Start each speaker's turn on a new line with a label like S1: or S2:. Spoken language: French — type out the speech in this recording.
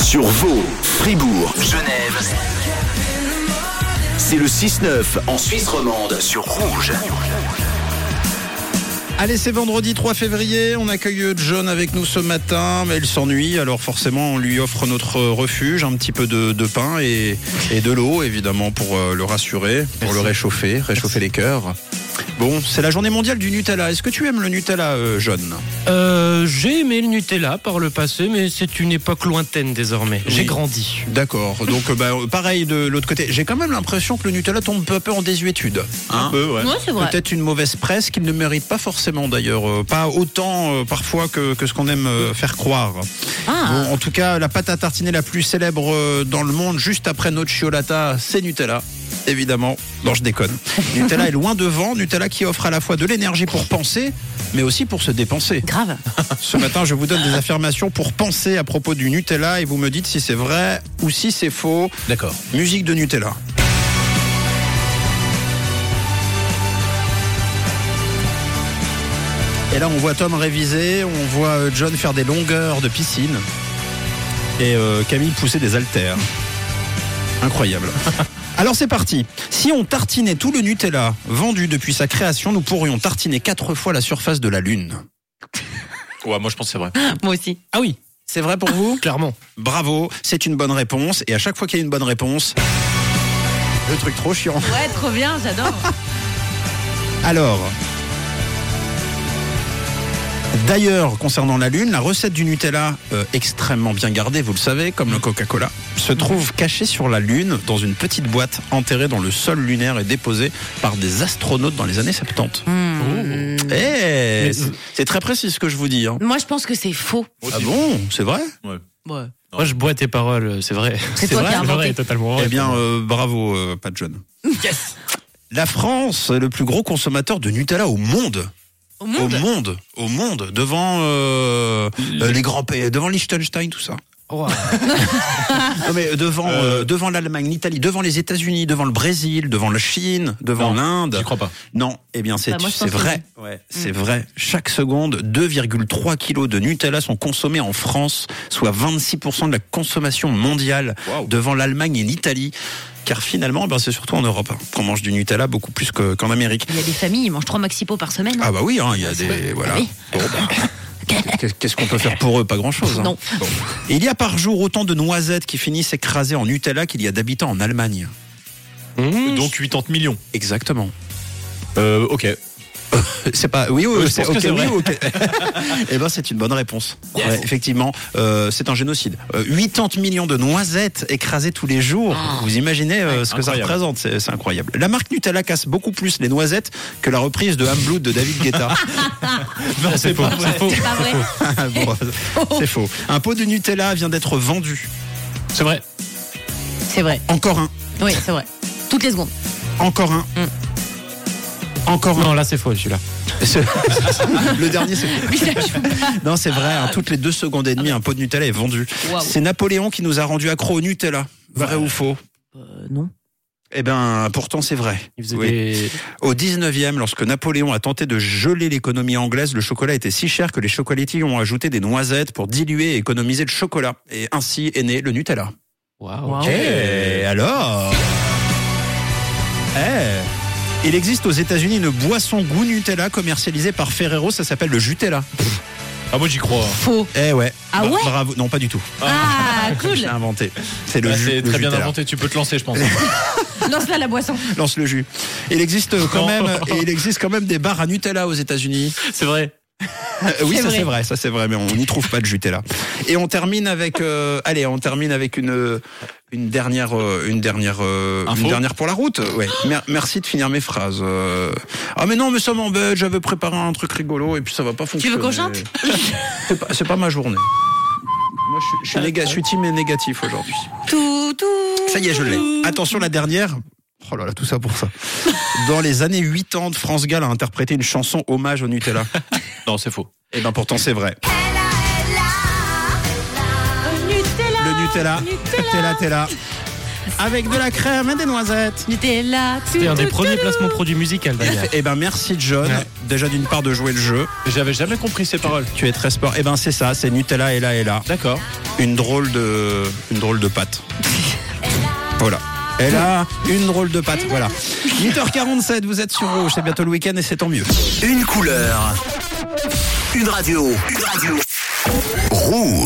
S1: sur Vaud, Fribourg, Genève. C'est le 6-9 en Suisse romande sur Rouge.
S2: Allez, c'est vendredi 3 février. On accueille John avec nous ce matin, mais il s'ennuie. Alors, forcément, on lui offre notre refuge, un petit peu de, de pain et, et de l'eau, évidemment, pour euh, le rassurer, pour le réchauffer, réchauffer les cœurs. Bon, c'est la journée mondiale du Nutella. Est-ce que tu aimes le Nutella, euh, John
S3: Euh, j'ai aimé le Nutella par le passé, mais c'est une époque lointaine désormais. J'ai
S2: Oui.
S3: grandi.
S2: D'accord. Donc, euh, bah, pareil de l'autre côté. J'ai quand même l'impression que le Nutella tombe peu à peu en désuétude. un peu, ouais.
S4: Ouais, c'est vrai.
S2: Peut-être une mauvaise presse qu'il ne mérite pas forcément d'ailleurs. Euh, Pas autant euh, parfois que, que ce qu'on aime euh, faire croire.
S4: Ah.
S2: Bon, en tout cas, la pâte à tartiner la plus célèbre euh, dans le monde, juste après notre chiolata, c'est Nutella. Évidemment. Non, je déconne. Nutella est loin devant. Nutella qui offre à la fois de l'énergie pour penser, mais aussi pour se dépenser.
S4: Grave.
S2: Ce matin, je vous donne des affirmations pour penser à propos du Nutella et vous me dites si c'est vrai ou si c'est faux.
S5: D'accord.
S2: Musique de Nutella. Et là, on voit Tom réviser, on voit euh, John faire des longueurs de piscine et euh, Camille pousser des haltères. Incroyable. Alors c'est parti. Si on tartinait tout le Nutella vendu depuis sa création, nous pourrions tartiner quatre fois la surface de la Lune.
S5: Ouais, moi je pense que c'est vrai.
S4: Moi aussi.
S3: Ah oui,
S2: C'est vrai pour vous
S3: clairement.
S2: Bravo, c'est une bonne réponse. Et à chaque fois qu'il y a une bonne réponse, le truc trop chiant.
S4: Ouais, trop bien, j'adore.
S2: Alors. D'ailleurs, concernant la Lune, la recette du Nutella, euh, extrêmement bien gardée, vous le savez, comme le Coca-Cola, se trouve cachée sur la Lune dans une petite boîte enterrée dans le sol lunaire et déposée par des astronautes dans les années 70.
S4: Hmm.
S2: Eh, c'est- c'est très précis ce que je vous dis. hein.
S4: Moi, je pense que c'est faux.
S2: Ah bon, c'est vrai
S4: Ouais.
S3: Moi, je bois tes paroles, c'est vrai.
S4: C'est toi
S3: vrai,
S4: qui as
S3: c'est vrai,
S4: inventé.
S3: totalement vrai.
S2: Eh bien, euh, bravo, euh, Pat John. La France est le plus gros consommateur de Nutella au monde.
S4: Au monde
S2: Au monde. Au monde. Devant euh, euh, les grands pays. Devant Liechtenstein, tout ça.
S3: Oh,
S2: Non, mais devant, euh, devant l'Allemagne, l'Italie, devant les États-Unis, devant le Brésil, devant la Chine, devant l'Inde.
S5: J'y crois pas.
S2: Non, eh bien, c'est
S4: Bah, moi, je
S2: c'est
S4: pense que
S2: vrai. Ouais, C'est vrai. Chaque seconde, 2,3 kilos de Nutella sont consommés en France, soit 26% de la consommation mondiale
S5: Waouh.
S2: devant l'Allemagne et l'Italie. Car finalement, ben, c'est surtout en Europe hein, qu'on mange du Nutella beaucoup plus que- qu'en Amérique.
S4: Il y a des familles, ils mangent trois maxi pots par semaine.
S2: Ah bah oui, hein, il y a des... Voilà.
S4: Ah oui.
S2: Bon, bah, qu'est- Qu'est-ce qu'on peut faire pour eux Pas grand-chose. hein.
S4: Non.
S2: Bon. Et il y a par jour autant de noisettes qui finissent écrasées en Nutella qu'il y a d'habitants en Allemagne.
S5: Donc 80 millions.
S2: Exactement.
S5: Euh, ok.
S2: C'est pas. Oui, oui,
S5: Oui, je
S2: c'est
S5: pense que
S2: ok,
S5: c'est
S2: oui,
S5: vrai.
S2: ok. Eh ben, c'est une bonne réponse. Ouais, effectivement, euh, c'est un génocide. Euh, 80 millions de noisettes écrasées tous les jours. Vous imaginez euh, ce que
S5: incroyable.
S2: ça représente C'est c'est incroyable. La marque Nutella casse beaucoup plus les noisettes que la reprise de Hamblou de David Guetta.
S3: non, c'est faux. c'est faux.
S4: C'est pas vrai.
S2: Ah Bon, c'est faux. Un pot de Nutella vient d'être vendu.
S3: C'est vrai.
S4: C'est vrai.
S2: Encore un.
S4: Oui, c'est vrai. Toutes les secondes.
S2: Encore un. Encore un.
S3: Non, là, c'est faux, celui-là.
S2: Le dernier, c'est Non, c'est vrai. hein, toutes les deux secondes et demie, un pot de Nutella est vendu.
S4: Waouh.
S2: C'est Napoléon qui nous a rendu accro au Nutella.
S3: Bah,
S2: Vrai ou faux
S4: Euh, non.
S2: Eh ben, pourtant, c'est vrai.
S3: Il faisait
S2: Oui.
S3: des-
S2: Au 19e, lorsque Napoléon a tenté de geler l'économie anglaise, le chocolat était si cher que les chocolatiers ont ajouté des noisettes pour diluer et économiser le chocolat. Et ainsi est né le Nutella.
S3: Waouh.
S4: Waouh.
S2: Eh, alors Eh Il existe aux États-Unis une boisson goût Nutella commercialisée par Ferrero, ça s'appelle le Jutella.
S5: Ah, moi j'y crois.
S4: Faux.
S2: Eh ouais.
S4: Ah
S2: Bra-
S4: ouais
S2: Bravo. Non, pas du tout.
S4: Ah,
S2: Je l'ai
S4: cool.
S2: inventé. C'est le
S5: Là,
S2: jus.
S5: Bah, c'est
S2: le
S5: très bien
S2: Jutella.
S5: inventé, tu peux te lancer, je pense.
S4: Lance-la la boisson.
S2: Lance le jus. Il existe
S5: Non.
S2: quand même, et il existe quand même des bars à Nutella aux États-Unis.
S3: C'est vrai.
S2: Euh, oui,
S4: C'est
S2: ça
S4: vrai.
S2: c'est vrai, ça c'est vrai, mais on n'y trouve pas de Jutella. Et on termine avec, euh, allez, on termine avec une une dernière, euh, une dernière, euh, une
S5: Info
S2: dernière pour la route. Ouais. Mer- merci de finir mes phrases. euh. Ah mais non, mais ça m'embête. J'avais préparé un truc rigolo et puis ça va pas
S4: Tu
S2: fonctionner.
S4: veux qu'on chante
S2: C'est pas, c'est pas ma journée. Moi, je suis- je suis, néga- je suis team et négatif aujourd'hui.
S4: Tout, tout.
S2: Ça y est, je l'ai. Attention, la dernière. Oh là là, tout ça pour ça. Dans les années 80, France Gall a interprété une chanson hommage au Nutella.
S5: non, c'est faux.
S2: Et ben pourtant, c'est vrai.
S4: Nutella.
S2: Le Nutella. T'es là, t'es là. avec de la crème et des noisettes.
S4: Nutella. tout,
S3: C'était un des
S4: tout,
S3: premiers
S4: tout,
S3: placements produits musicaux d'ailleurs.
S2: Eh ben merci John,
S3: Ouais.
S2: déjà d'une part de jouer le jeu,
S5: J'avais jamais compris ces paroles.
S2: tu es très sport. Eh ben c'est ça, c'est Nutella et là et là.
S5: D'accord.
S2: Une drôle de une drôle de pâte. voilà. Elle a une drôle de pâte, voilà. 8h47, vous êtes sur Rouge, c'est bientôt le week-end et c'est tant mieux.
S1: Une couleur. Une radio. Une radio. Rouge.